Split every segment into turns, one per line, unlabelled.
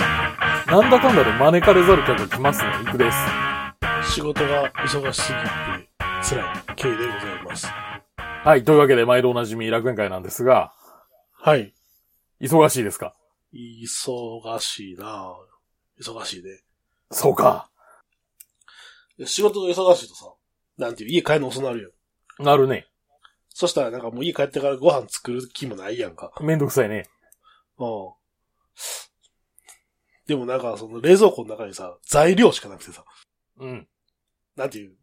なんだかんだで招かれざる客が来ますね。行くです。
仕事が忙しすぎて辛い経緯でございます。
はい。というわけで、毎度おなじみ楽園会なんですが、
はい。
忙しいですか
忙しいな忙しいね。
そうか。
いや仕事が忙しいとさ、なんていう、家帰るの遅なるやん。
なるね。
そしたらなんかもう家帰ってからご飯作る気もないやんか。
めんどくさいね。
うん。でもなんかその冷蔵庫の中にさ、材料しかなくてさ、
うん。
なんていう、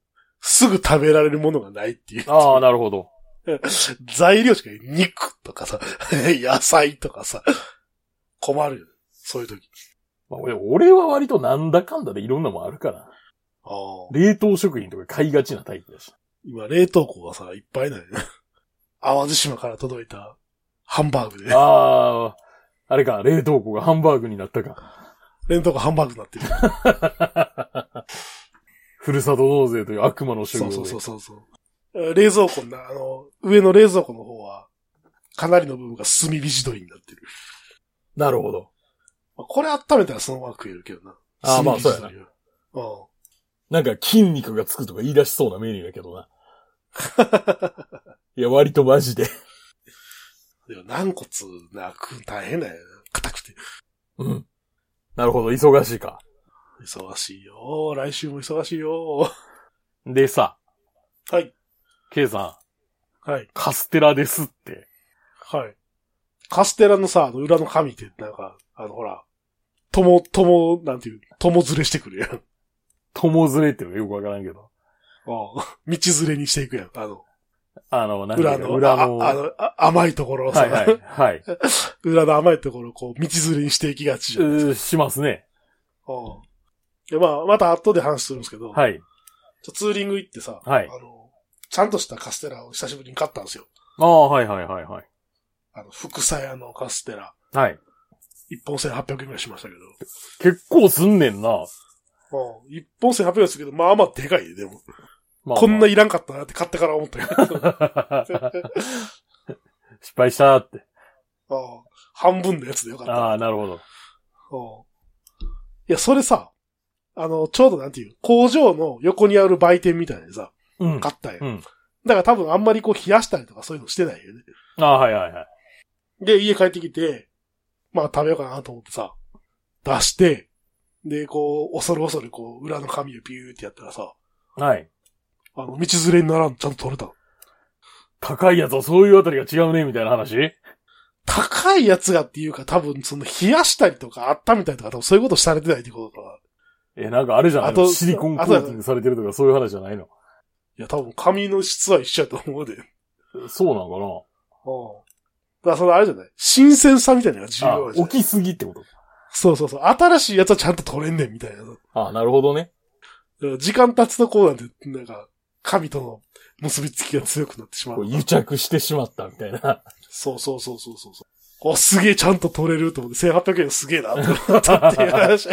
すぐ食べられるものがないっていう。
ああ、なるほど。
材料しかない肉とかさ、 野菜とかさ、困るよね。そういう時。
まあ、俺俺は割となんだかんだでいろんなもんあるから。
ああ。
冷凍食品とか買いがちなタイプだし。
今、冷凍庫がさ、いっぱいなんや ね。淡路島から届いたハンバーグで、ね、
ああ、あれか、冷凍庫がハンバーグになったか。
冷凍庫ハンバーグになってる。
ふるさと納税という悪魔の集
そ
合
う
で。
そうそうそうそう。冷蔵庫のな、あの、上の冷蔵庫の方は、かなりの部分が炭火地鶏になってる。
なるほど。
まあこれ温めたらそのまま食えるけどな。
あーまあ
炭火地鶏はうん。
なんか筋肉がつくとか言い出しそうなメニューやけど な。いや、割とマジで。
でも軟骨な、食うの大変だよな。硬くて。
うん。なるほど、忙しいか。
忙しいよ。来週も忙しいよ。
でさ、
はい。
ケイさん、
はい。
カステラですって。
はい。カステラのさ、あの裏の紙って、なんか、あの、ほら、とも、とも、なんていう、ともずれしてくるやん。あ
友連れっていうのよくわからんけど。
あ道ずれにしていくやん。あの、
あの、なんていう
裏
か裏
の、
の。
ああのあ甘いところをさ、
はいはい。はい。
裏の甘いところをこう、道ずれにしていきがちじゃん。
うーしますね。
うんで、まあ、また後で話するんですけど、
はい。
ちょツーリング行ってさ、
はい
あの、ちゃんとしたカステラを久しぶりに買ったんですよ。
ああ、はいはいはいはい。
あの、福さ屋のカステラ。
はい。
一本1800円くらいしましたけど。
結構すんねんな。まあ
うん。一本1800円でするけど、まあまあでかいね、でも。
まあ
こんないらんかったなって買ってから思ったけど。
失敗したって。
ああ半分のやつでよかった。
ああ、なるほど。
うんいや、それさ、あの、ちょうどなんていう、工場の横にある売店みたいでさ、
うん。
買ったんよ。
うん。
だから多分あんまりこう冷やしたりとかそういうのしてないよね。
ああ、はいはいはい。
で、家帰ってきて、まあ食べようかなと思ってさ、出して、で、こう、恐る恐るこう、裏の紙をピューってやったらさ、
はい。
あの、道連れにならん、ちゃんと取れたの。
高いやつはそういうあたりが違うね、みたいな話
高いやつがっていうか多分その冷やしたりとか温めたりとか多分そういうことされてないってことか。
え、なんかあれじゃない
あと
のシリコンコーティングされてるとかそういう話じゃないの
いや多分紙の質は一緒やと思うで。
そうなの
うん。だからそのあれじゃない新鮮さみたいなのが重
かなあ
要じゃ
置
ない
きすぎってこと
そうそうそう。新しいやつはちゃんと取れんねんみたいな。だか
ああ、なるほどね。
ら時間経つとこうなんて、なんか、神との結びつきが強くなってしま
こ
う
う。癒着してしまったみたいな。
そうそうそうそうそうそう。お、すげえちゃんと取れると思って、1800円すげえなって思ったってい う 話。
い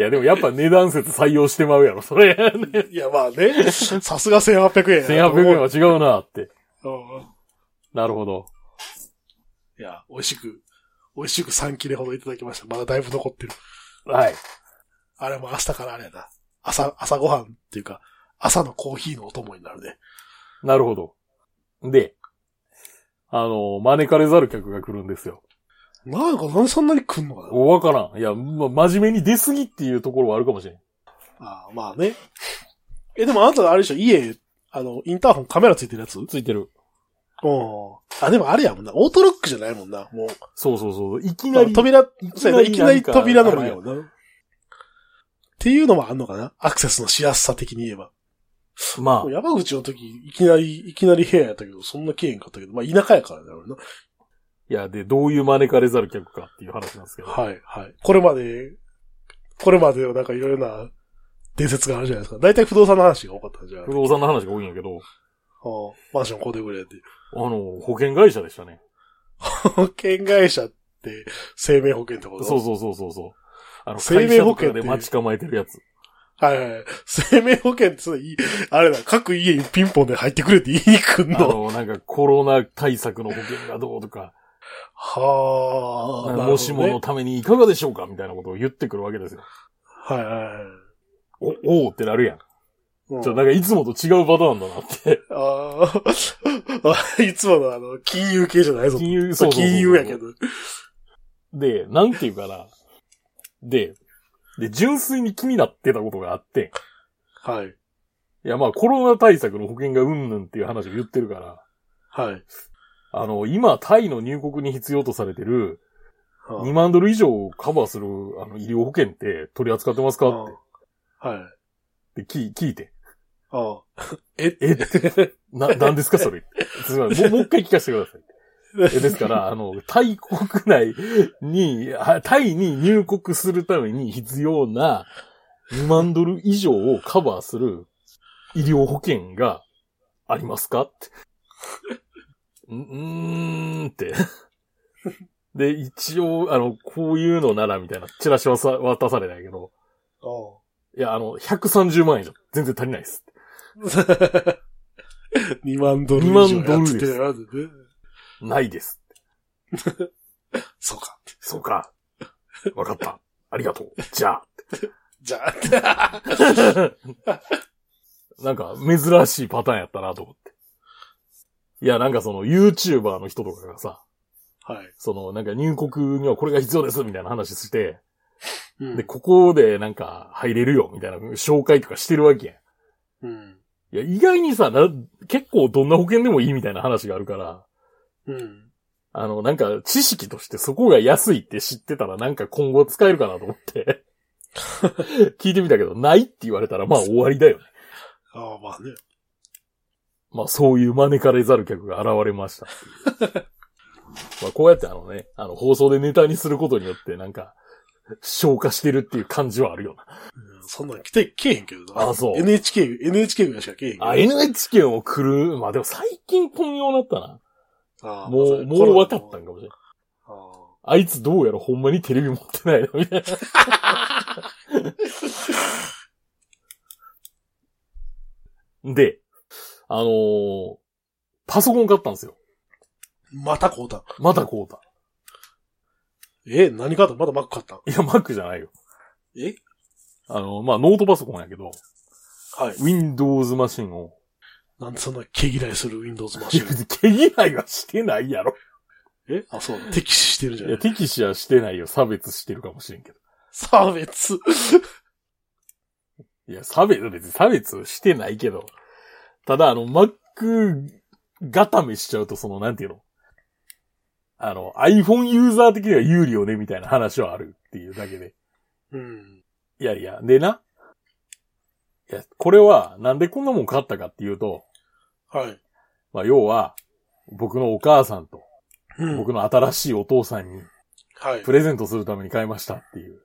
や、でもやっぱ値段説採用してまうやろ、それ。
いや、まあね。さすが1800円やなと思
1800円
う。
は違うなって。
うん
なるほど。
いや、美味しく、美味しく3切れほどいただきました。まだだいぶ残ってる。
はい。
あれも明日からあれやな。朝、朝ご飯っていうか、朝のコーヒーのお供になるね。
なるほど。で、あの、招かれざる客が来るんですよ。
なんか、なんでそんなに食んのかな
わからん。いや、ま、真面目に出すぎっていうところはあるかもしれん。
ああ、まあね。え、でもあなたあれでしょ家、あの、インターホンカメラついてるやつうん。
ついてる。
あ、でもあれやもんな。オートロックじゃないもんな。もう。
そうそうそう。いき
あ
な
の
り。
扉、
い
そうやないきなり
んか
扉の前
あ
や
る
もんな。っていうのもあんのかなアクセスのしやすさ的に言えば。
やんま
もう山口の時、いきなり、いきなり部屋やったけど、そんな経営かったけど、まあ田舎やからだろうな。
いや、で、どういう招かれざる客かっていう話なんですけど。
はい、はい。これまで、これまでのなんかいろいろな伝説があるじゃないですか。大体不動産の話が多かったじゃん。
不動産の話が多いんやけど、
うんマンション買うてくれって。
あの、保険会社でしたね。
保険会社って生命保険ってこと
そうそうそうそうそう。あの、
生
生
命
命保
保険
険
っていう
で待ち構えてる やつ。
はいはいはい。生命保険ってそのいい、あれだ、各家にピンポンで入ってくれって言いに来ん
あ
の。
の、なんかコロナ対策の保険がどうとか、
はあ、なるほどね
もしものためにいかがでしょうかみたいなことを言ってくるわけですよ。
はいはいはい。
お、おーってなるやん。
うん
ちょ、なんかいつもと違うパターンだなって。
あー あ、いつものあの、金融系じゃないぞ。
金融、そうそうそうそう
金融やけど。。
で、なんていうかな。で、で、純粋に気になってたことがあって、
はい。
いや、まあコロナ対策の保険がうんぬんっていう話を言ってるから、
はい。
あの、今、タイの入国に必要とされてる、
あ
2万ドル以上をカバーする、あの、医療保険って取り扱ってますかっ
あは
て
い。
聞聞いて。
ああ え
えな、なんですかそれ。すみません。もう、もう一回聞かせてください。えですから、あの、タイ国内に、あタイに入国するために必要な2万ドル以上をカバーする医療保険がありますかって。んうーんって。で、一応、あの、こういうのならみたいなチラシはさ渡されないけど、
あ あ
いや、あの、130万円じゃ全然足りないです。
2万ドル以上やっててやるでね。
ないです。
そうか。
そうか。わかった。ありがとう。じゃあ。
じゃ あ。
なんか、珍しいパターンやったなと思って。いや、なんかその、YouTuber の人とかがさ、
はい。
その、なんか入国にはこれが必要です、みたいな話して、
うん
で、ここでなんか、入れるよ、みたいな紹介とかしてるわけやん。
うん。
いや、意外にさ、な、結構どんな保険でもいいみたいな話があるから、
うん。
あの、なんか、知識としてそこが安いって知ってたら、なんか今後使えるかなと思って、 聞いてみたけど、ないって言われたら、まあ終わりだよね。
ああ、まあね。
まあそういう招かれざる客が現れましたっていう。まあこうやってあのね、あの放送でネタにすることによってなんか、消化してるっていう感じはあるよな。
うんそんなん来て、けえへんけどな。
あそう
NHK、NHK ぐらいしかけえへんけど。
あ、NHK を来る、まあでも最近本用になったな。
ああ
もう、もう分かったんかもしれない。
あ
あいつどうやらほんまにテレビ持ってないのみたいな。で、あのーパソコン買ったんですよ。
あまたこうた。
またこうた。
え、何かとまた Mac 買ったん
いや、Mac じゃないよ。
え
あのまあノートパソコンやけど、
はい。
Windows マシン を
なんでそんな毛嫌いする Windows マ
い
シ
や、
ン
別。に毛嫌いはしてないやろ。
えあ、そう。敵視してるじ
い
ゃな
や、
い。
敵視はしてないよ。差別してるかもしれんけど。
差別。
いや、差別、別に差別してないけど。ただ、あの、Mac 固めしちゃうと、その、なんていうのあの、iPhone ユーザー的には有利よね、みたいな話はあるっていうだけで。
うん。
いやいや、でな。いや、これは、なんでこんなもん買ったかっていうと、
はい。
まあ、要は、僕のお母さんと、
うん。
僕の新しいお父さんに、
はい
プ。レゼントするために買いましたっていう。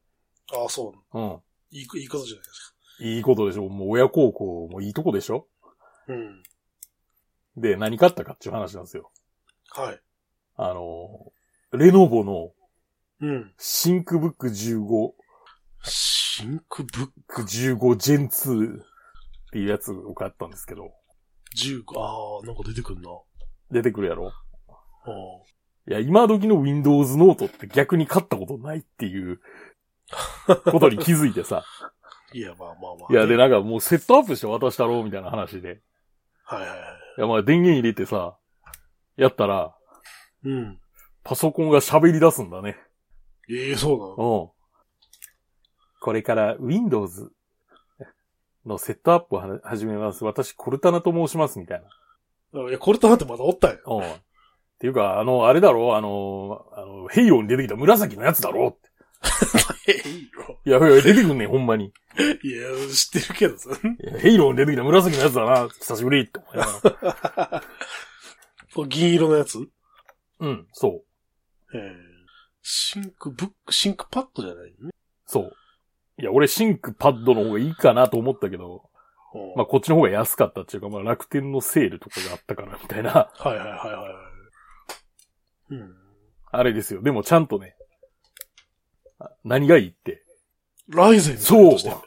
ああ、そう。
うん。
いい、いいことじゃないです
いいことでしょもう親孝行もいいとこでしょ
か。うん。
で、何買ったかっていう話なんですよ。
はい。
あの、レノボの
うん。
シンクブック15、
シンクブック
15ジェン2っていうやつを買ったんですけど、
15。ああ、なんか出てくるな。あ
出てくるやろ
あ
いや、今時の Windows ノートって逆に買ったことないっていうことに気づいてさ。
いや、まあまあまあ。
いや、で
な。
なんかもうセットアップして渡したろうみたいな話で。
はいはいはい。
いや、まあ電源入れてさ、やったら、
うん。
パソコンが喋り出すんだね。
ええそうなの
うん。これから Windows のセットアップをは始めます。私、コルタナと申します、みたいな。
いや、コルトなんてまだおったん や。
うん。っていうか、あの、あれだろあの、あの、ヘイローに出てきた紫のやつだろっていや、いや、出てくんねん、ほんまに。
いや、知ってる けどさ。
いやヘイローに出てきた紫のやつだな、久しぶりって思いながら。
銀色のやつ
うん、そう。
ええシンクブック、シンクパッドじゃないね。
そう。いや、俺、シンクパッドの方がいいかなと思ったけど、まあ、こっちの方が安かったっていうか、まあ、楽天のセールとかがあったから、みたいな。
あ、はいはいはいはい。うん。
あれですよ。でも、ちゃんとね、あ何がいいって、
ライゼン
そう
にした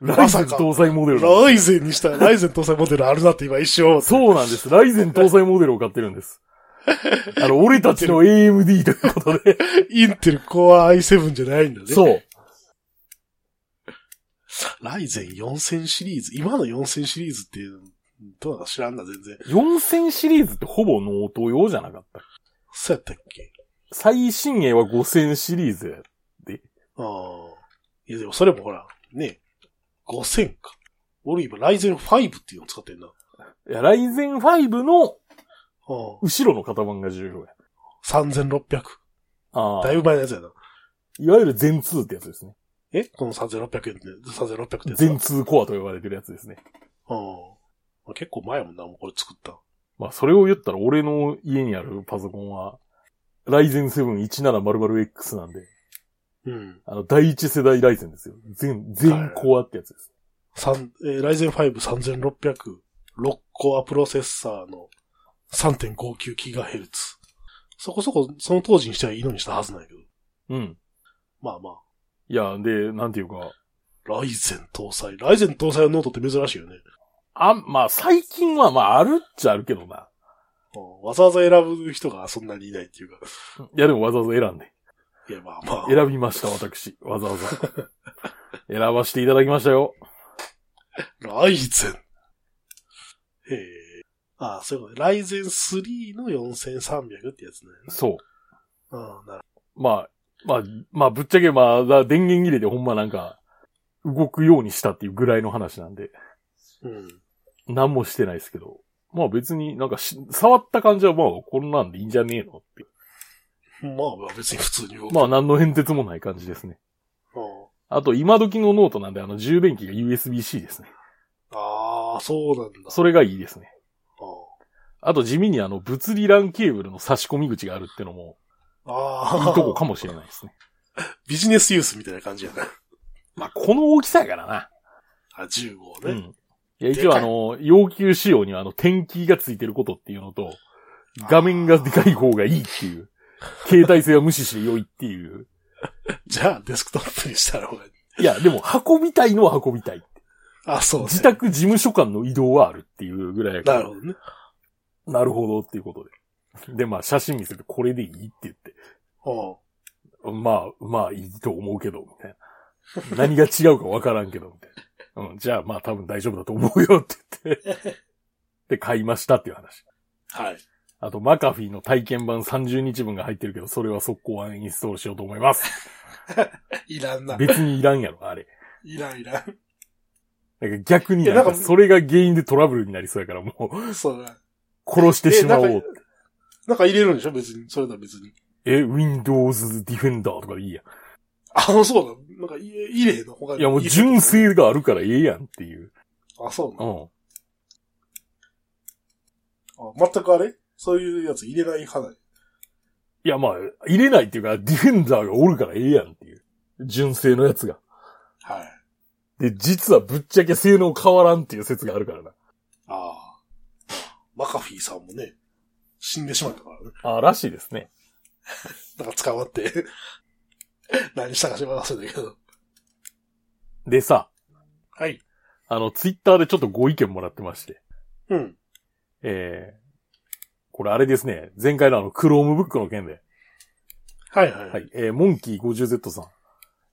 ライ
ま
ゼン
さか
搭載モデルなん
ラ
で
イ
す。
ゼンにしたら、ライゼン搭載モデルあるなって今一瞬思った
そうなんです。ライゼン搭載モデルを買ってるんです。あの、俺たちの AMD ということ で。
インテルコア i7 じゃないんだね。
そう。
ライゼン4000シリーズ、今の4000シリーズっていう、どうなのか知らんな、全然。
4000シリーズってほぼノート用じゃなかった。
そうやったっけ
最新鋭は5000シリーズや。
ああ。いや、でもそれもほら、ね、5000か。俺今、ライゼン5っていうの使ってんな。あ
いや、ライゼン5の
あ。
後ろの型番が重要や。
3600。
ああ
だい。ぶ前のやつやな。
いわゆる全2ってやつですね。
えこの3600円って、3600ってやつ
全
が。
2コアと呼ばれてるやつですね。
ああ。まあ結構前やもんな、もうこれ作った。
まあ、それを言ったら俺の家にあるパソコンは、ライゼン 7-1700X なんで、
うん。
あの、第一世代ライゼンですよ。全、全コアってやつです。
三、えーライゼン53600、6コアプロセッサーの 3.59GHz。そこそこ、その当時にしてはいいのにしたはずなんやけど。
うん。
まあま
いや、で、なんていうか、
あ、ライゼン搭載。ライゼン搭載のノートって珍しいよね。
あ、まあ、最近はまあ、あるっちゃあるけどな。
うんわざわざ選ぶ人がそんなにいないっていうか。
いや、でもわざわざ選んで。
いや、まあまあ。
選びました、私。わざわ ざ。選ばしていただきましたよ。
ライゼン。へえ。ああ、そういうことね。ライゼン3の4300ってやつね。
そう。
ああ、なる
まあ、まあ、まあ、ぶっちゃけまあ、だ電源切れでほんまなんか、動くようにしたっていうぐらいの話なんで、
ほど。うん。
何もしてないですけど。まあ別になんかし、触った感じはまあ、こんなんでいいんじゃねえのっていう。
まあ、別に普通に動く。
ま
あ
あ、何の変哲もない感じですね。
あ
あと、今時のノートなんで、あの、充電器が USB-C ですね。
ああ、そうなんだ。
それがいいですね。
あ
あと、地味にあの、物理 LAN ケーブルの差し込み口があるってのも、
あ
いいとこ
あ
かもしれないですね。
ビジネスユースみたいな感じやな。
まあ、この大きさやからな。
あ、10号
う
ね。
ん。いや、一応あの、要求仕様にはあの、点キーがついてることっていうのと、画面がでかい方がいいっていう。携帯性は無視して良いっていう。
じゃあ、デスクトップにしたら俺。
いや、でも、運びたいのは運びたい。
あ、そう、ね。
自宅事務所間の移動はあるっていうぐらいやか
な
ら
るほどね。
なるほどっていうことで。で、まあ、写真見せてこれでいいって言って。
お
まあ、まあ、いいと思うけど、みたいな。何が違うかわからんけど、みたいな。うん、じゃあ、まあ、多分大丈夫だと思うよって言って。で、買いましたっていう話。
はい。
あと、マカフィーの体験版30日分が入ってるけど、それは速攻アンインストールしようと思います。
いらんな。
別にいらんやろ、あれ。
いらんいら
なんか逆に
いや
なん
な
か
んか
それが原因でトラブルになりそうやから、もう、
ん。そうだ。
殺してしまお
えなん
う
か。なんか入れるんでしょ別に。それだ別に。
え、Windows Defender とかでいいや
あ、そうだ。なんか入れ、入れへんの他
ん。
に。
いや、もう純。正があるからええやんっていう。
あ、そうな
う
の。
ん。
あ全くあれそういうやつ入れない派だね。
いや、まあ、入れないっていうか、ディフェンダーがおるからええやんっていう。純正のやつが。
はい。
で、実はぶっちゃけ性能変わらんっていう説があるからな。
ああ。マカフィーさんもね、死んでしまったからね。
あらしいですね。
なんか捕まって、 何したかしませんだけど。
でさ、
はい。
あの、ツイッターでちょっとご意見もらってまして。
うん。
えー、これあれですね。前回のあの、クロームブックの件で。
はいはい。
はい。えー、モンキー 50Z さん。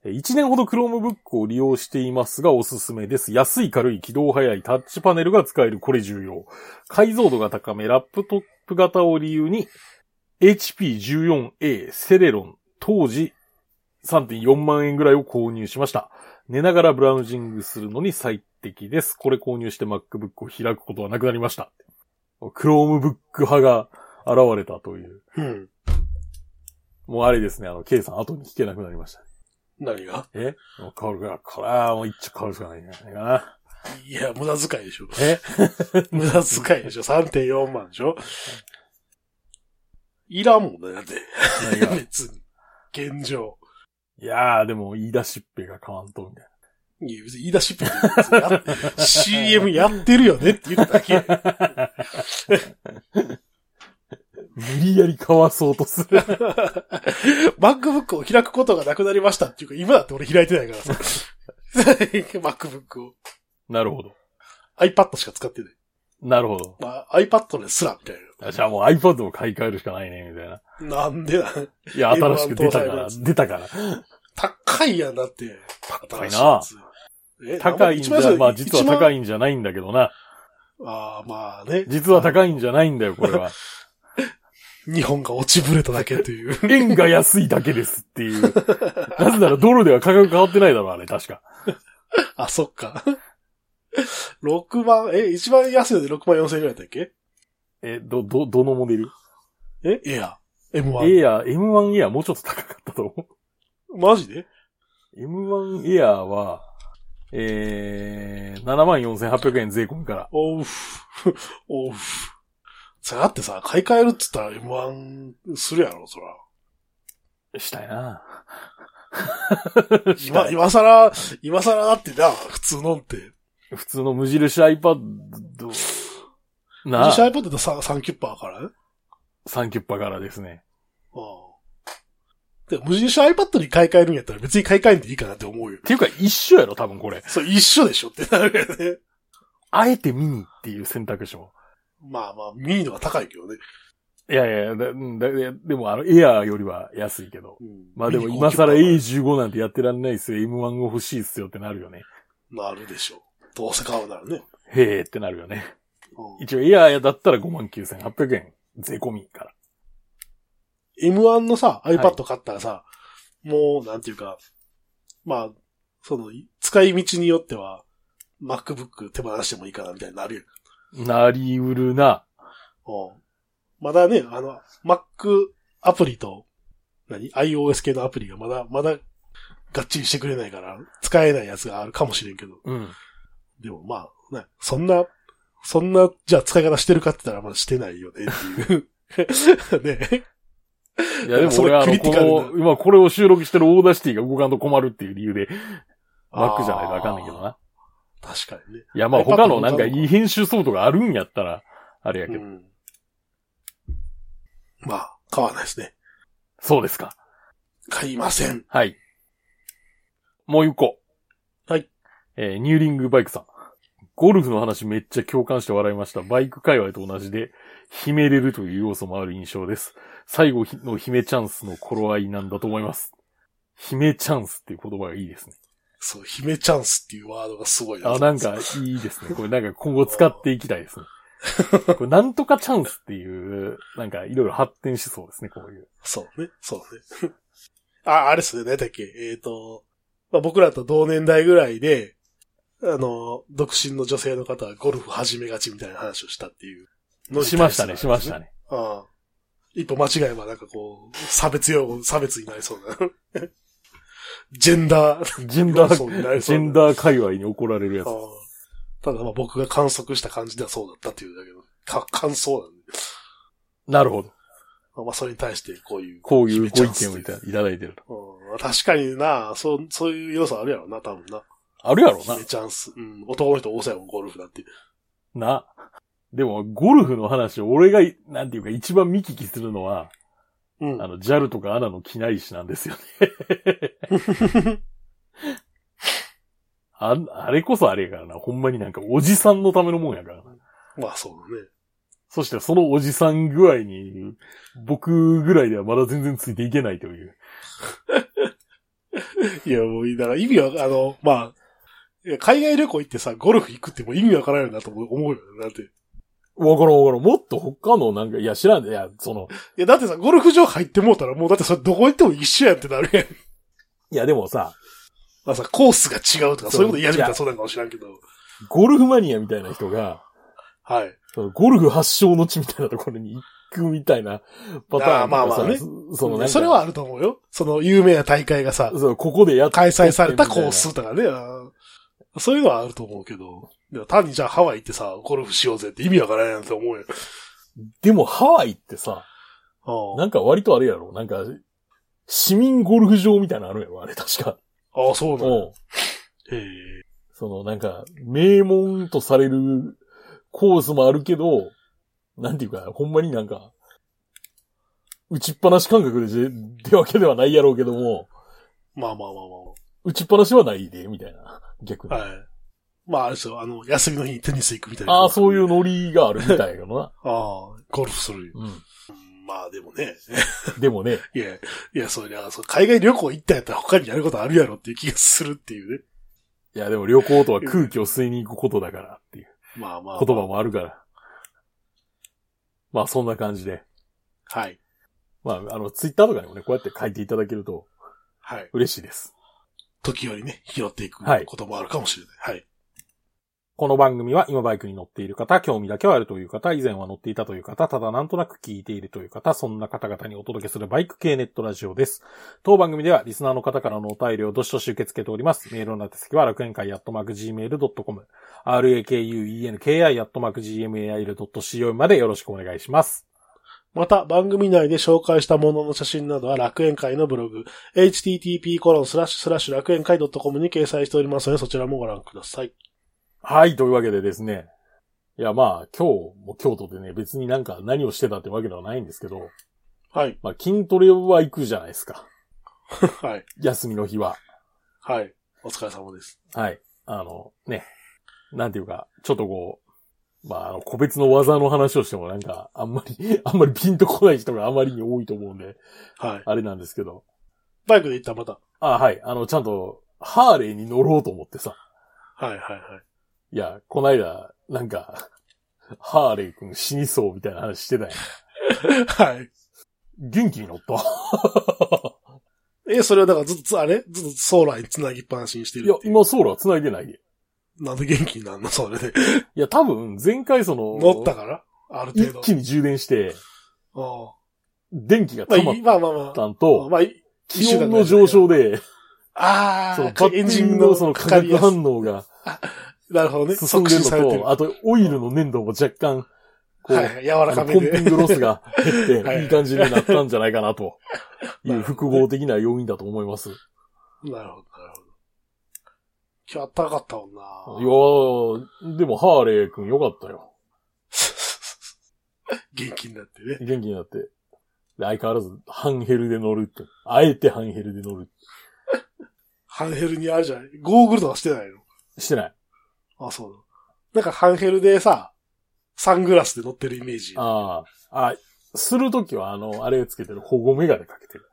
えー1年ほど Chromebook を利用していますがおすすめです。安い軽い起動早いタッチパネルが使える。これ重要。解像度が高め、ラップトップ型を理由に、HP14A セレロン当時3.4万円ぐらいを購入しました。寝ながらブラウジングするのに最適です。これ購入して MacBook を開くことはなくなりました。Chromebook 派が現れたという。
うん。
もうあれですね、あの、K さん後に聞けなくなりました。
何が
えもう変わるから、これはもう一丁変わるしかないんじゃないかな。
いや、無駄遣いでしょ。
え
無駄遣いでしょ。3.4万でしょ。いらんもんね、だって。
何がい
別に。現状。
やー、で も言い出しっぺが変わんと、みたい
いや、別に言い出しっぺない別にやっ CM やってるよねって言っただけ。
な。無理やりかわそうとする。
MacBook を開くことがなくなりましたっていうか、今だって俺開いてないからさ。MacBook を。
なるほど。
iPad しか使ってない。
なるほど。
まあ、iPad ですら、みたいな。
じゃあもう iPad を買い替えるしかないね、みたいな。
なんでだ
いや、新しく出たか
M1 搭載の
ら、
やつ
出たから。
高いやん、だって。
高いな
え
高いんじゃ、まあ実は高
い。
いんじゃないんだけどな。
一万ああ、まあね。
実は高いんじゃないんだよ、こ れは。
日本が落ちぶれただけという。
円が安いだけですっていう。なぜならドルでは価格変わってないだろ、あれ、確か。
あ、そっか。6万、え、一番安いので6万4千円ぐらいだったっけ
え、ど、ど、どのモデル
えエア。M1。
エアー、M1 エアーもうちょっと高かったと思
マジで
う。M1 エアーは、えー、74,800円税込みから。
おう ふ。おうふ。それだってさ、買い替えるっつったら M1 するやろ、そら。
したいな した
今、
い
今更、今更だってな、普通のって。
普通の無印 iPad、な
自社
あ、
iPad ってさ3キュッパーからね。
サンキュッパからですね。
ああ。で無印 iPad に買い替えるんやったら別に買い替えんでいいかなって思うよ
っ。ていうか一緒やろ、多分これ。
それ一緒でしょってなるよね。
あえてミニっていう選択肢も。
まあまあ、ミニのが高いけどね。
いやいや、だうんだででもあの、エアーよりは安いけど。まあでも今更
いい
A15 なんてやってらんないっすよ。M1 が欲しいっすよってなるよね。
なるでしょう。どうせ買うならね。
へえってなるよね。
うん
一応エアーだったら59,800円。税込みから。
M1 のさ、
い
iPad 買ったらさ、もう、なんていうか、まあ、その、使い道によっては、MacBook 手放してもいいかなみたいになるよ。
なりうるな。
うんまだね、あの、Mac アプリと、何 ?iOS 系のアプリがまだ、まだ、がっちりしてくれないから、使えないやつがあるかもしれんけど。
うん。
でもまあ、ね、そんな、そんな、じゃあ使い方してるかって言ったら、まあしてないよねっていう。 ね。
いやでも俺はあ
それ
の、
クリティカルな
この、今これを収録してるオーダーシティが動かんと困るっていう理由で、Mac じゃないとあかんねんけど
あ
な。
ー。確かにね。
いやまあ
iPad
他のなんかいい編集ソフトがあるんやったら、あれやけど。
うん。まあ、買わないですね。
そうですか。
買いません。
はい。もう一個。
はい。
えーニューリングバイクさん。ゴルフの話めっちゃ共感して笑いました。バイク界隈と同じで、秘めれるという要素もある印象です。最後の秘めチャンスの頃合いなんだと思います。秘めチャンスっていう言葉がいいですね。
そう、姫チャンスっていうワードがすごい
あ、なんかいいですね。これなんか今後使っていきたいですね。これなんとかチャンスっていう、なんかいろいろ発展しそうですね、こういう。
そうね、そうね。あ、あれっすね、何だっけ、えっ、と、まあ、僕らと同年代ぐらいで、あの、独身の女性の方はゴルフ始めがちみたいな話をしたっていうのに対
し
する
ましたね、しました
ね。
ね。
ああ一歩間違えばなんかこう、差別用語、差別になりそうな。 ジェンダー。
ジェンダ
そうな
ー、
り
ジ
そう
ェ
な
ンダー界隈に怒られるやつ
あ。あただまあ僕が観測した感じではそうだったっていうだけの、か、感想なんで。
なるほど。
まあまあそれに対してこういう。
こういうご意見を
み
い
た
た
い
いただいてると。
うん、確かにな、そう、そういう要素あるやろな、多分な。
あるやろな。
チャンス。うん。男の人多さやもん、ゴルフだって。
な。でも、ゴルフの話、俺がい、なんていうか、一番見聞きするのは、
うん
あ。の、JAL とか ANA の機内誌なんですよね。あ、あれこそあれやからな。ほんまになんか、おじさんのためのもんやからな。
まあそうだね。
そして、そのおじさん具合に、僕ぐらいではまだ全然ついていけないという。
いや、もう、だから意味は、あの、まあ、いや海外旅行行ってさ、ゴルフ行くってもう意味わからないなと思う思うよね。だって。い
わからんわからん。もっと他のなんか、いや、知らんで、いや、その、
や、だってさ、ゴルフ場入ってもうたら、もうだってそれどこ行っても一緒やんってなるやん。
いや、でもさ、
まあさ、コースが違うとか、そういうこと言い始めたらそうなんかもしらんけど。
ゴルフマニアみたいな人が、
はい。
そのゴルフ発祥の地みたいなところに行くみたいなパターンとかさ
あーまあまあね
そそのなんか
それはあると思うよ。その、有名な大会がさ、
そう、ここでやっ
開催されたコースとかね。あーそういうのはあると思うけど。でも単にじゃあハワイ行ってさ、ゴルフしようぜって意味わからないなって思うよ。
でもハワイってさ、
あ
なんか割とあれやろなんか、市民ゴルフ場みたいなのあるやろあれ確か。
ああ、そうなの。
うん
へえ
そのなんか、名門とされるコースもあるけど、なんていうか、ほんまになんか、打ちっぱなし感覚でじ、ってわけではないやろうけども、
まあまあまあ
打ちっぱなしはないで、みたいな。逆に。
まあまあ。はい。まあ、あれですよ、あの、休みの日にテニス行くみたいな。
ああ、そういうノリがあるみたいよな。
ああ、ゴルフするよ。
う
まあ、でもね。
ん。でもね、
いや、いや、そりゃ、そう海外旅行行ったんやったら他にやることあるやろっていう気がするっていうね。
いやでも旅行とは空気を吸いに行くことだからっていう
まあまあ。
言葉もあるから。まあそんな感じで。
はい。
まああの、ツイッターとかにもね、こうやって書いていただけると
はい。
嬉しいです。
時折ね、拾っていく
はい
こともあるかもしれない。はい。
この番組は今バイクに乗っている方、興味だけはあるという方、以前は乗っていたという方、ただなんとなく聞いているという方、そんな方々にお届けするバイク系ネットラジオです。当番組ではリスナーの方からのお便りをどしどし受け付けております。メールの宛先は楽園会アットマーク Gmail.com、rakuenki アットマーク Gmail.co までよろしくお願いします。
また、番組内で紹介したものの写真などは楽園会のブログ、http コロンスラッシュスラッシュ楽園会 .com に掲載しておりますので、そちらもご覧ください。
はい、というわけでですね。いや、まあ、今日も京都でね、別になんか何をしてたってわけではないんですけど、
はい。
まあ、筋トレは行くじゃないですか。
はい。
休みの日は。
はい。お疲れ様です。
はい。あの、ね。なんていうか、ちょっとこう、まあ、あの、個別の技の話をしてもなんか、あんまり、 あんまりピンとこない人があまりに多いと思うんで、
はい。
あれなんですけど。
バイクで行ったまた。
あ、はい。あの、ちゃんと、ハーレーに乗ろうと思ってさ。
はいはいはい。
いや、こないだ、なんか、ハーレーくん死にそうみたいな話してたやん。
はい。
元気に乗 った。
え、それはだからずっと、あれずっとソーラーに繋ぎっぱなしにして
い
る
や、今ソーラー繋いでないで。
なんで元気になんのそれで。
いや、多分、前回その、
乗ったからある程
一
度。
気に充電して、
あ
電気が
あ
溜
まあ
ま
い
っ
い、まあまあまあ。
たんと、
まあ、い
気温の上昇で、
あ
その
あ、
バッテリーのその化学
やすい
反応が
なるほどね。
進ん
促
でる
進されて
の
る。
と、あとオイルの粘度も若干、こう、
はいはい、柔
あの
らか
ポ
め
ンピン
で。
グロスが減っ
は
て、
いはい
いい感じになったんじゃないかなという
なるほどね
複合的な要因だと思います。い
なるほど、なるほど。今日あったかかったもん
や
な。
ー、でもハーレー君よかったよ。
元気になってね。
元気になって。で相変わらず半ヘルで乗るって。あえて半ヘルで乗る。
ハンヘルにあるじゃないゴーグルとかしてないの
してない。
あ、そうだ。なんかハンヘルでさ、サングラスで乗ってるイメージ。あ
ああ。あするときは、あの、あれつけてる保護メガネかけてる。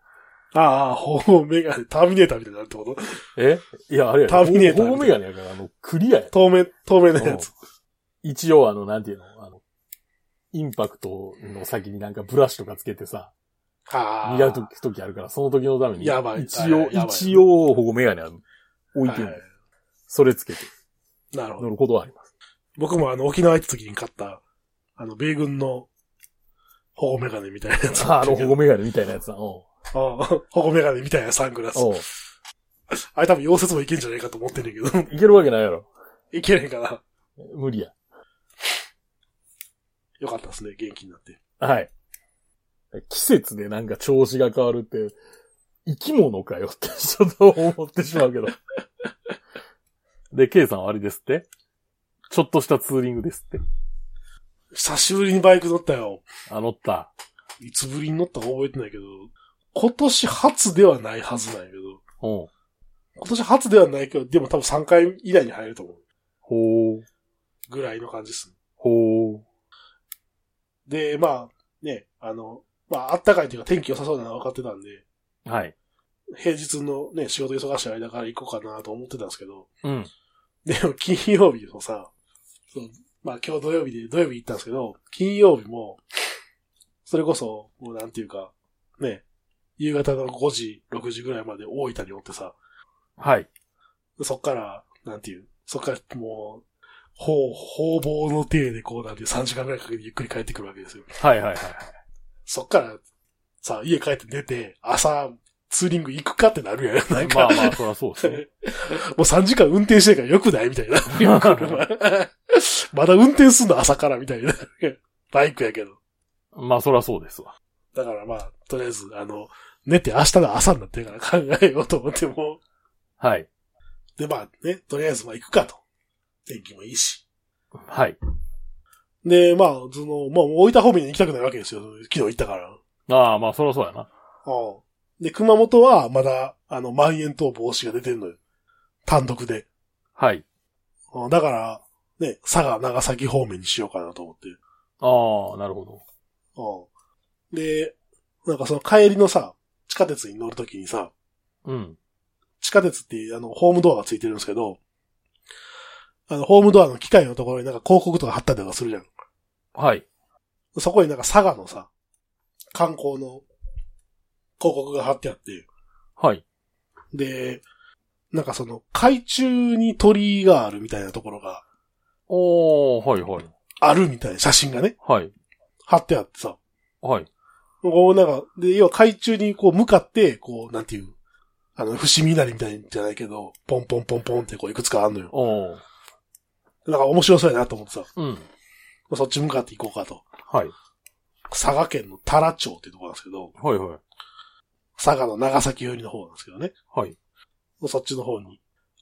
あ、ほう、メガネ、ターミネーターみたいになるってこと
えいや、あれや
ターミネーター
保護メガネやから、あの、クリアや。
透明、透明のやつ。
一応あの、なんていうの、あの、インパクトの先になんかブラシとかつけてさ、
ああ。
磨く時あるから、その時のために、
やばい
一応
あ、やばい
一応保護メガネは置いてる、
はい
それつけて
なるほど
乗。ることはあります。
僕 もあの、沖縄行った時に買った、あの、米軍の保護メガネみたいなやつ。
ああの保護メガネみたいなやつだ。うん
うん保護メガネみたいなサングラス。
おう
あれ多分溶接もいけんじゃないかと思ってんねんけど、
いけるわけないやろ。
いけないかな。
無理や。
よかったですね、元気になって。
はい。季節でなんか調子が変わるって、生き物かよって ちょっと思ってしまうけど。で、K さんはあれですってちょっとしたツーリングですって。
久しぶりにバイク乗ったよ。
あ、乗った。
いつぶりに乗ったか覚えてないけど、今年初ではないはずなんやけど、
うん。
今年初ではないけど、でも多分3回以内に入ると思う。
ほう。
ぐらいの感じですね。
ほう。
で、まあ、ね、あの、まあ、あったかいというか天気良さそうなのは分かってたんで、
はい。
平日のね、仕事忙しい間から行こうかなと思ってたんですけど、
うん。
でも金曜日もさ、そうまあ今日土曜日で土曜日行ったんですけど、金曜日も、それこそ、もうなんていうか、ね、夕方の5時、6時ぐらいまで大分におってさ、
はい。
そっから、なんていう、そっからもう、ほう、方々の体でこうなんていう3時間ぐらいかけてゆっくり帰ってくるわけですよ。
はいはいはい。
そっから、さ、家帰って寝て、朝、ツーリング行くかってなるやん。なんか、
まあまあ、そりゃそうです ね。
もう3時間運転してるからよくないみたいな。車 まだ運転すんの朝からみたいな。 バイクやけど。
まあそりゃそうですわ。
だからまあ、とりあえず、あの、寝て明日の朝になってるから考えようと思っても。
はい。
でまあね、とりあえずまあ行くかと。天気もいいし。
はい。
で、まあ、その、まあ、大分方面に行きたくないわけですよ。昨日行ったから。
ああ、まあそりゃそうやな。
うん。で、熊本はまだ、あの、まん延等防止が出てんのよ。単独で。
はい。
あだから、ね、佐賀、長崎方面にしようかなと思って。
ああ、なるほど。
うんで、なんかその帰りのさ、地下鉄に乗るときにさ、
うん。
地下鉄ってあの、ホームドアがついてるんですけど、あの、ホームドアの機械のところになんか広告とか貼ったりとかするじゃん。
はい。
そこになんか佐賀のさ、観光の広告が貼ってあって、
はい。
で、なんかその、海中に鳥居があるみたいなところが
おー、はいはい。
あるみたいな写真がね、
はい。
貼ってあってさ、
はい。
こうなんか、で、要は海中にこう向かって、こう、なんていう、あの、伏見稲荷みたいじゃないけど、ポンポンポンポンってこういくつかあんのよ。
おー。
なんか面白そうやなと思ってさ、
うん。
そっち向かっていこうかと。
はい。
佐賀県の太良町っていうところなんですけど、
はいはい。
佐賀の長崎寄りの方なんですけどね。
はい。
そっちの方に、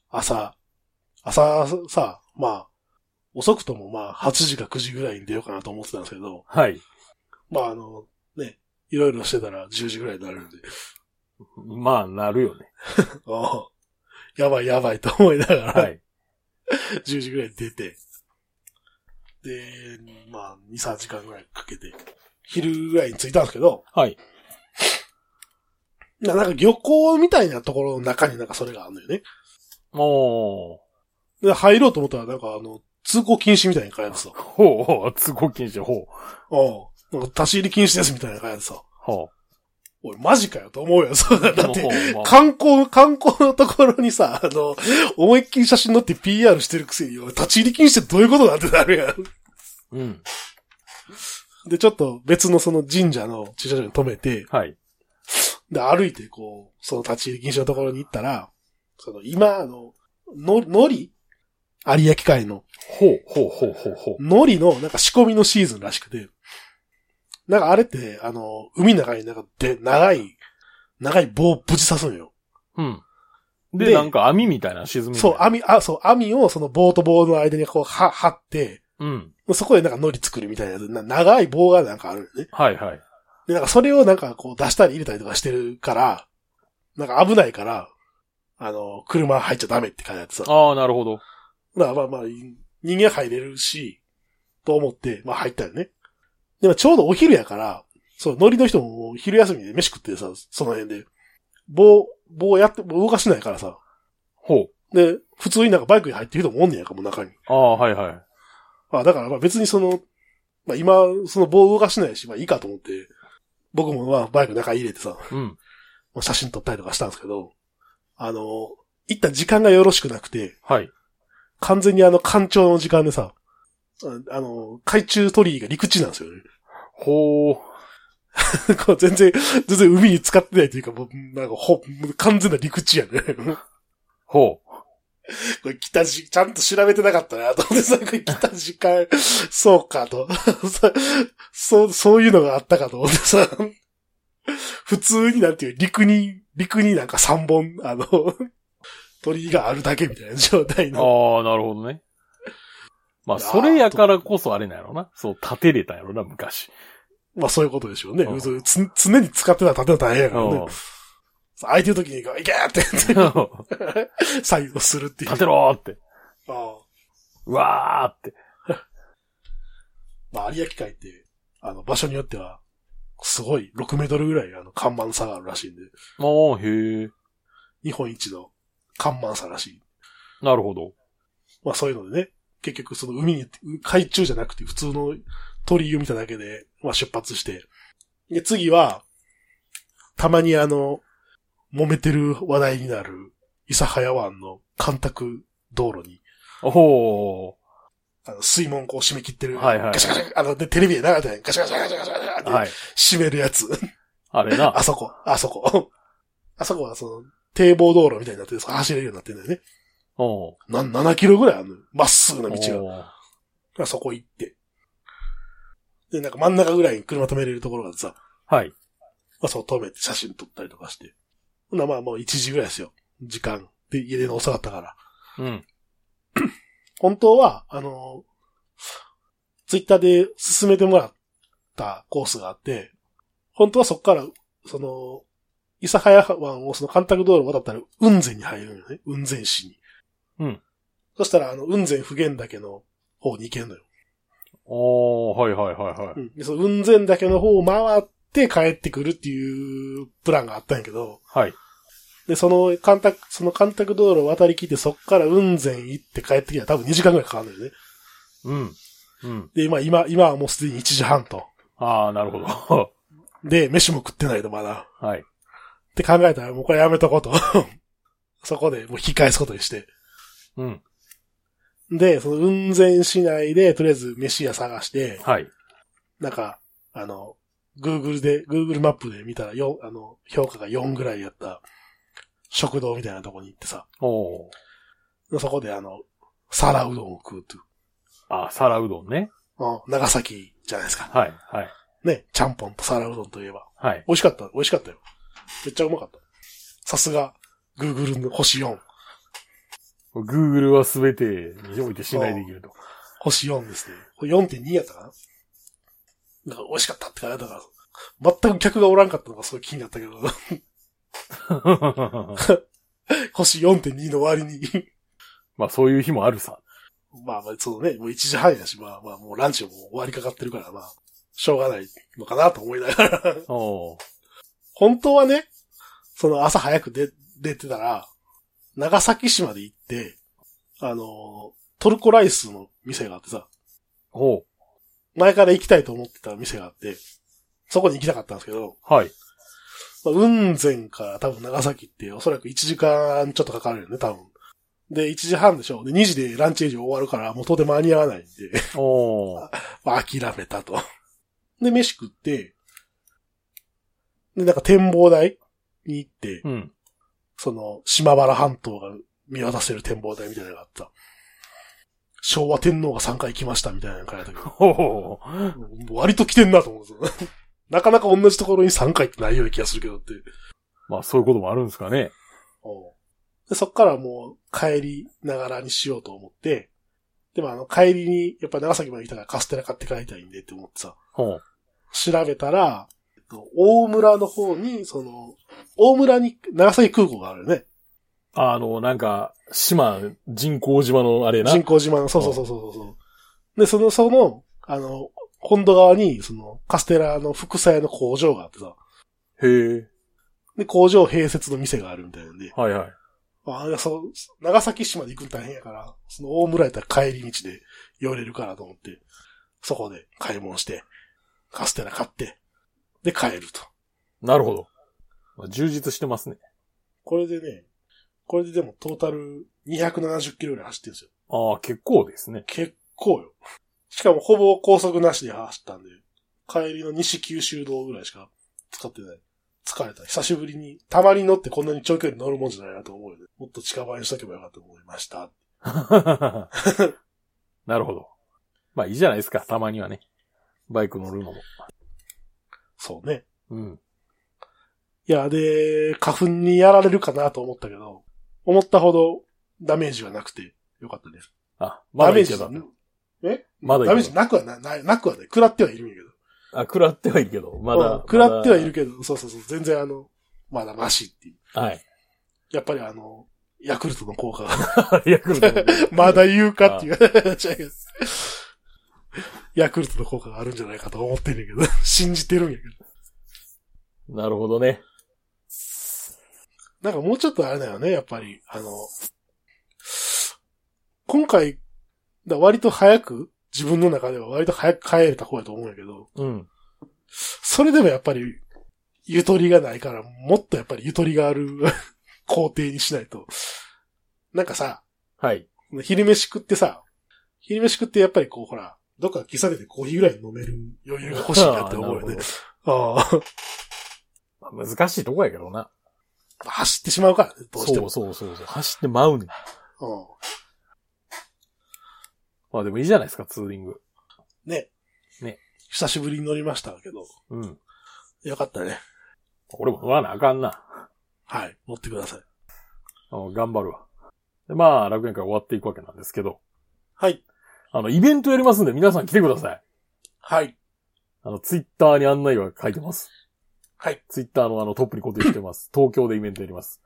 朝、朝さ、まあ、遅くともまあ、8時か9時ぐらいに出ようかなと思ってたんですけど、
はい。
まああの、ね、いろいろしてたら10時ぐらいになるんで、
まあ、なるよ ね。
ああやばいやばいと思いながら、
はい。
10時ぐらいに出て、で、まあ、2、3時間ぐらいかけて、昼ぐらいに着いたんですけど、
はい。
ななんか漁港みたいなところの中になんかそれがあるのよね。
おー。
で、入ろうと思ったらなんかあの、通行禁止みたいなの書いてさ、
ほうほう、都合禁止、ほう。
おうなんか立ち入り禁止ですみたいなの書いてさ、
ほ
おい、マジかよと思うよ、そうだ。
う。
だって
ほ、うまあ
観光、観光のところにさ、あの、思いっきり写真撮って PR してるくせに、おい立ち入り禁止ってどういうことだってなるやん。
うん。
で、ちょっと別のその神社の駐車場に止めて、
はい。
で、歩いてこう、その立ち入り禁止のところに行ったら、その今、あの、の、のり有明海の、
ほう、ほう、ほう、ほう、ほう。
のりのなんか仕込みのシーズンらしくて、なんかあれって、あの、海の中になんかで、長い、長い棒をぶち刺すんよ。
うん。で、
で
なんか網みたいなの沈み
そう、網、あ、そう、網をその棒と棒の間にこう、は、張って、
うん。
そこでなんか海苔作るみたいなやつ、な長い棒がなんかあるよね。
はい、はい。
で、なんかそれをなんかこう出したり入れたりとかしてるから、なんか危ないから、あの、車入っちゃダメって書いてあってさ。
ああ、なるほど。
だからまあまあ、い人間入れるし、と思って、まあ入ったよね。でもちょうどお昼やから、そう、ノリの人ももう昼休みで飯食ってさ、その辺で。棒、棒やって、動かしないからさ。
ほう。
で、普通になんかバイクに入ってる人もおんねやんか、もう中に。
ああ、はい、はい。
あだからまあ別にその、まあ今、その棒動かしないし、まあいいかと思って、僕もまあバイク中に入れてさ、
うん。
まあ写真撮ったりとかしたんですけど、あの、一旦時間がよろしくなくて、
はい。
完全にあの、干潮の時間でさ、ああの、海中鳥居が陸地なんですよね。
ほう。
こう全然、全然海に使ってないというか、もう、なんかほ、完全な陸地やね。
ほう。
これ来たじ、ちゃんと調べてなかったな、と思ってさ、 これ来た時間、そうかと。 そそう、そういうのがあったかと思ってさ、 普通になんていう、陸に、陸になんか3本、あの、 鳥居があるだけみたいな状態の。
ああ、なるほどね。まあ、それやからこそあれなんやろな。そう、立てれたんやろな、 昔。
まあそういうことでしょうね
うん。
そうつ常に使ってたら盾は大変や
う
からね
ん。。
空いてる時に、いけーって言っ
立
て、作業するっていう。
てろーって。
あ
うわーって。
まあ、有明海って、あの、場所によっては、すごい、6メートルぐらい、あの、看板差があるらしいんで、
ああ、へえ。
日本一の看板差らしい。
なるほど。
まあそういうのでね、結局その海に、海中じゃなくて普通の鳥居を見ただけで、まあ出発して。で、次は、たまにあの、揉めてる話題になる、諫早湾の干拓道路に、
ほ
あの、水門こう締め切ってる。
はいはい
ガシャガシャ、あの、で、テレビで流れてないガシャガシャガシャガシャガシャっ
う。
て、
はい。
締めるやつ。
あれ な。
あそこ、あそこ。 あそこはその、堤防道路みたいになってて、そこ走れるようになってんだよね。
お
な、7キロぐらいあるのよまっすぐな
うん。
道が。
が。
まあそこ行って。で、なんか真ん中ぐらいに車止めれるところがさ、
はい。
まあそう止めて写真撮ったりとかして。ほんならまあもう1時ぐらいですよ。時間。で、家出の遅かったから。
うん。
本当は、あのツイッターで進めてもらったコースがあって、本当はそこから、その、諫早湾をその干拓道路を渡ったら、雲仙に入るのよね。雲仙市に。
うん。
そしたら、あの、雲仙普賢岳の方に行けんのよ。
おー、はいはいはいは
う
い。
ん。で、その雲仙岳の方を回って帰ってくるっていうプランがあったんやけど、
はい。
で、その、干拓、その干拓道路を渡り切って、そっから雲仙行って帰ってきたら多分2時間ぐらいかかるのよね。
うん。うん。
で、今、今、今はもうすでに1時半と。
あー、なるほど。
で、飯も食ってないとまだ。
はい。
って考えたら、もうこれやめとこう と。そこで、もう引き返すことにして。
うん。
で、その、雲仙市内で、とりあえず飯屋探して、
はい。
なんか、あの、Google で、Google マップで見たら、よ、あの、評価が4ぐらいやった、食堂みたいなとこに行ってさ、
おー。
そこであの、皿うどんを食うと。
あー、皿うどんね。
あ長崎じゃないですか。
はい。はい。
ね、ちゃんぽんと皿うどんといえば。
はい。
美味しかった、美味しかったよ。めっちゃうまかった。さすが、Google の星4。
Google はすべてにおいて信頼できると。
星4ですね。これ4.2やったかななんか美味しかったって書いてあったから、全く客がおらんかったのがすごい気になったけど、 星4.2の割に、
まあそういう日もあるさ。
まあまあ、そのね、もう1時半やし、まあまあ、もうランチも終わりかかってるから、まあ、しょうがないのかなと思いながら。
おー
本当はね、その朝早く出、出てたら、長崎市まで行って、あの、トルコライスの店があってさ、
お
前から行きたいと思ってた店があって、そこに行きたかったんですけど、
ーはい。
まあ、雲仙から多分長崎っておそらく1時間ちょっとかかるよね、多分。で、1時半でしょ。で、2時でランチ営業終わるから、もう到底間に合わないんで。
おー
まあ、諦めたと。 で、飯食って、で、なんか展望台に行って、
うん。
その、島原半島が見渡せる展望台みたいなのがあった。昭和天皇が3回来ましたみたいなの書いてあったけ
おー
ど、 もう割と来てんなと思うんですよ。 なかなか同じところに3回ってないような気がするけどって。
まあそういうこともあるんですかね。
でそっからもう帰りながらにしようと思って、でもあの帰りに、やっぱ長崎まで来たからカステラ買って帰りたいんでって思ってさ、
おー
調べたら、えっと大村の方に、その、大村に長崎空港があるよね。
あの、なんか、島、人工島のあれな。
人工島の、そうそうそうそうそう。で、その、その、あの、本土側に、その、カステラの副菜の工場があってさ、
へえ。
で、工場併設の店があるみたいなんで、
はいはい。
ああ、そう、長崎市まで行くの大変やから、その大村やったら帰り道で寄れるからと思って、そこで買い物して、カステラ買って、で帰ると。
なるほど。まあ充実してますね。
これでね、これででもトータル270キロぐらい走ってるんですよ。
ああ、結構ですね。
結構よ。しかもほぼ高速なしで走ったんで、帰りの西九州道ぐらいしか使ってない。疲れた。久しぶりに、たまに乗ってこんなに長距離乗るもんじゃないなと思うよね。もっと近場にしとけばよかったと思いました。
なるほど。まあいいじゃないですか、たまにはね。バイク乗るのも。
そうね。
うん。
いや、で、花粉にやられるかなと思ったけど、思ったほどダメージはなくてよかったです。
あ、ま
ダ
だ
メー
い
ジ
けたんだ。
え
まだいけた
ダメージなくはな、ななくはね、食らってはいるんやけど。
あ、食らってはいるけど、ま
うん
だ。
食らってはいる
け
けど、そうそうそう、全然あの、まだマシっていう。
ど。はい。
やっぱりあの、ヤクルトの効果が、
ヤクルトの。
まだ言うかっていう話やけどヤクルトの効果があるんじゃないかと思ってるんやけど、 信じてるんやけど。
なるほどね。
なんかもうちょっとあれだよね、やっぱり。あの、今回、だ割と早く、自分の中では割と早く帰れた方やと思うんやけど、
うん。
それでもやっぱり、ゆとりがないから、もっとやっぱりゆとりがある 工程にしないと。なんかさ、
はい。
昼飯食ってさ、昼飯食ってやっぱりこうほら、どっか喫茶店でコーヒーぐらい飲める余裕が欲しいなって思うよね。ああ、
あーなるほどまあ難しいとこやけどな。
走ってしまうからね、どうして
そ
も
う。そうそうそう。走って舞うねん。
うん
まあでもいいじゃないですか、ツーリング。
ね。
ね。
久しぶりに乗りましたけど、
うん。
よかったね。
俺も乗らなあかんな。
はい、乗ってください。
うん頑張るわ。でまあ、楽園会終わっていくわけなんですけど。
はい。
あの、イベントやりますんで皆さん来てください。
はい。
あの、ツイッターに案内は書いてます。
はい。
ツイッターのあのトップに固定して ます。東京でイベントやります。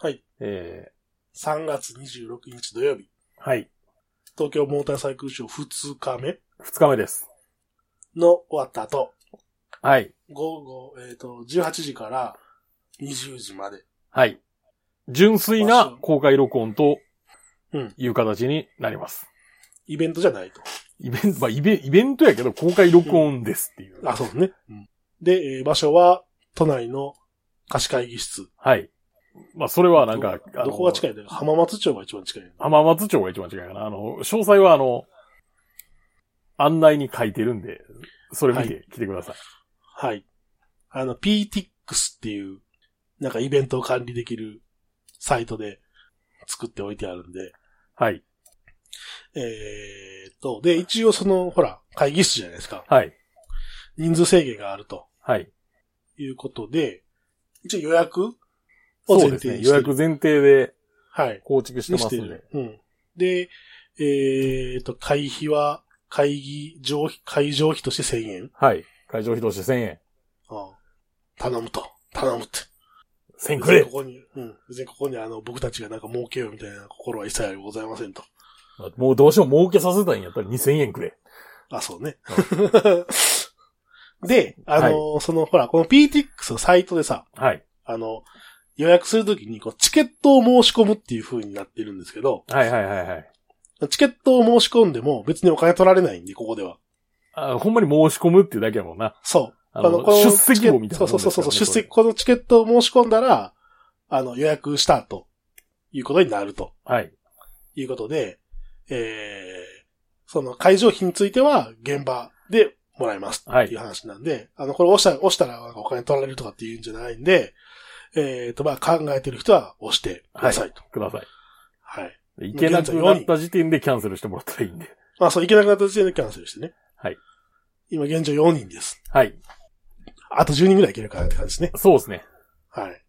はい。
え
3月26日土曜日。
ー、はい。
東京モーターサイクルショー2日目
二日目です。
の終わった後、
はい。
午後、えっ、と、18時から20時まで。
はい。純粋な公開録音と
うん
いう形になります。
イベントじゃないと。
イベント、まあ、イベイベントやけど公開録音ですっていう。
あ、そうね。で、えー場所は都内の貸し会議室。
はい。まあ、それはなんか、
どこが近
い
いんだよ。浜松町が一番近いんだよ。
浜松町が一番近いかな。あの、詳細はあの、案内に書いてるんで、それ見て来てください。
はい。あの、PTX っていう、なんかイベントを管理できるサイトで作っておいてあるんで。
はい。
えーっと、で、一応その、ほら、会議室じゃないですか。
はい。
人数制限があると
はい。
いうことで、一応予約を
そう
前提
で
にし
す
てる
ね。予約前提で
はい。
構築してますん
に
で。
るうん。で、えーっと、会費は、会議上、会場費として1000円。
はい。会場費として1000円。
ああ頼むと。頼むって。
1000円く
別に
れ
ここに、うん。別にここにあの、僕たちがなんか儲けようみたいな心は一切ございませんと。
もうどうしても儲けさせたいんやったら2000円くれ。
あ、そうね。 で、あの、その、ほら、この PTX のサイトでさ、
はい。
あの、予約するときに、こう、チケットを申し込むっていう風になってるんですけど、
はいはいはいはい。
チケットを申し込んでも別にお金取られないんで、ここでは。
あほんまに申し込むっていうだけやもんな。
そう。
あの、
こ
出席
を
簿みたいなもんですからね、
そうそうそうそう、出席、
こ
このチケットを申し込んだら、あの、予約したと、いうことになると。
れ。はい。
いうことで、えー、その会場費については現場でもらいます
はい
っていう話なんで、あの、これ押したら、押したらなんかお金取られるとかっていうんじゃないんで、えーと、まあ考えてる人は押してくださいと。
ください。
はい。
でいけなくなった時点でキャンセルしてもらったらいいんで。
まあそう、いけなくなった時点でキャンセルしてね。
はい。
今現状4人です。
はい。
あと10人ぐらいいけるかなって感じですね。
そうですね。
はい。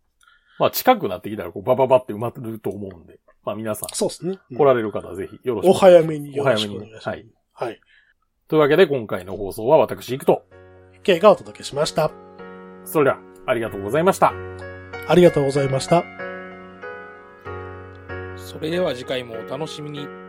まあ、近くなってきたら、こう、バババって埋まってると思うんで。まあ、皆さん、
そうですね。うん
来られる方はぜひ、よろしく
お早めに
お
よろ
早
し
め
くお
に
願
ね。
いします。
はい。
はい。
というわけで、今回の放送は私、行くと。
K がお届けしました。
それでは、ありがとうございました。
ありがとうございました。
それでは次回もお楽しみに。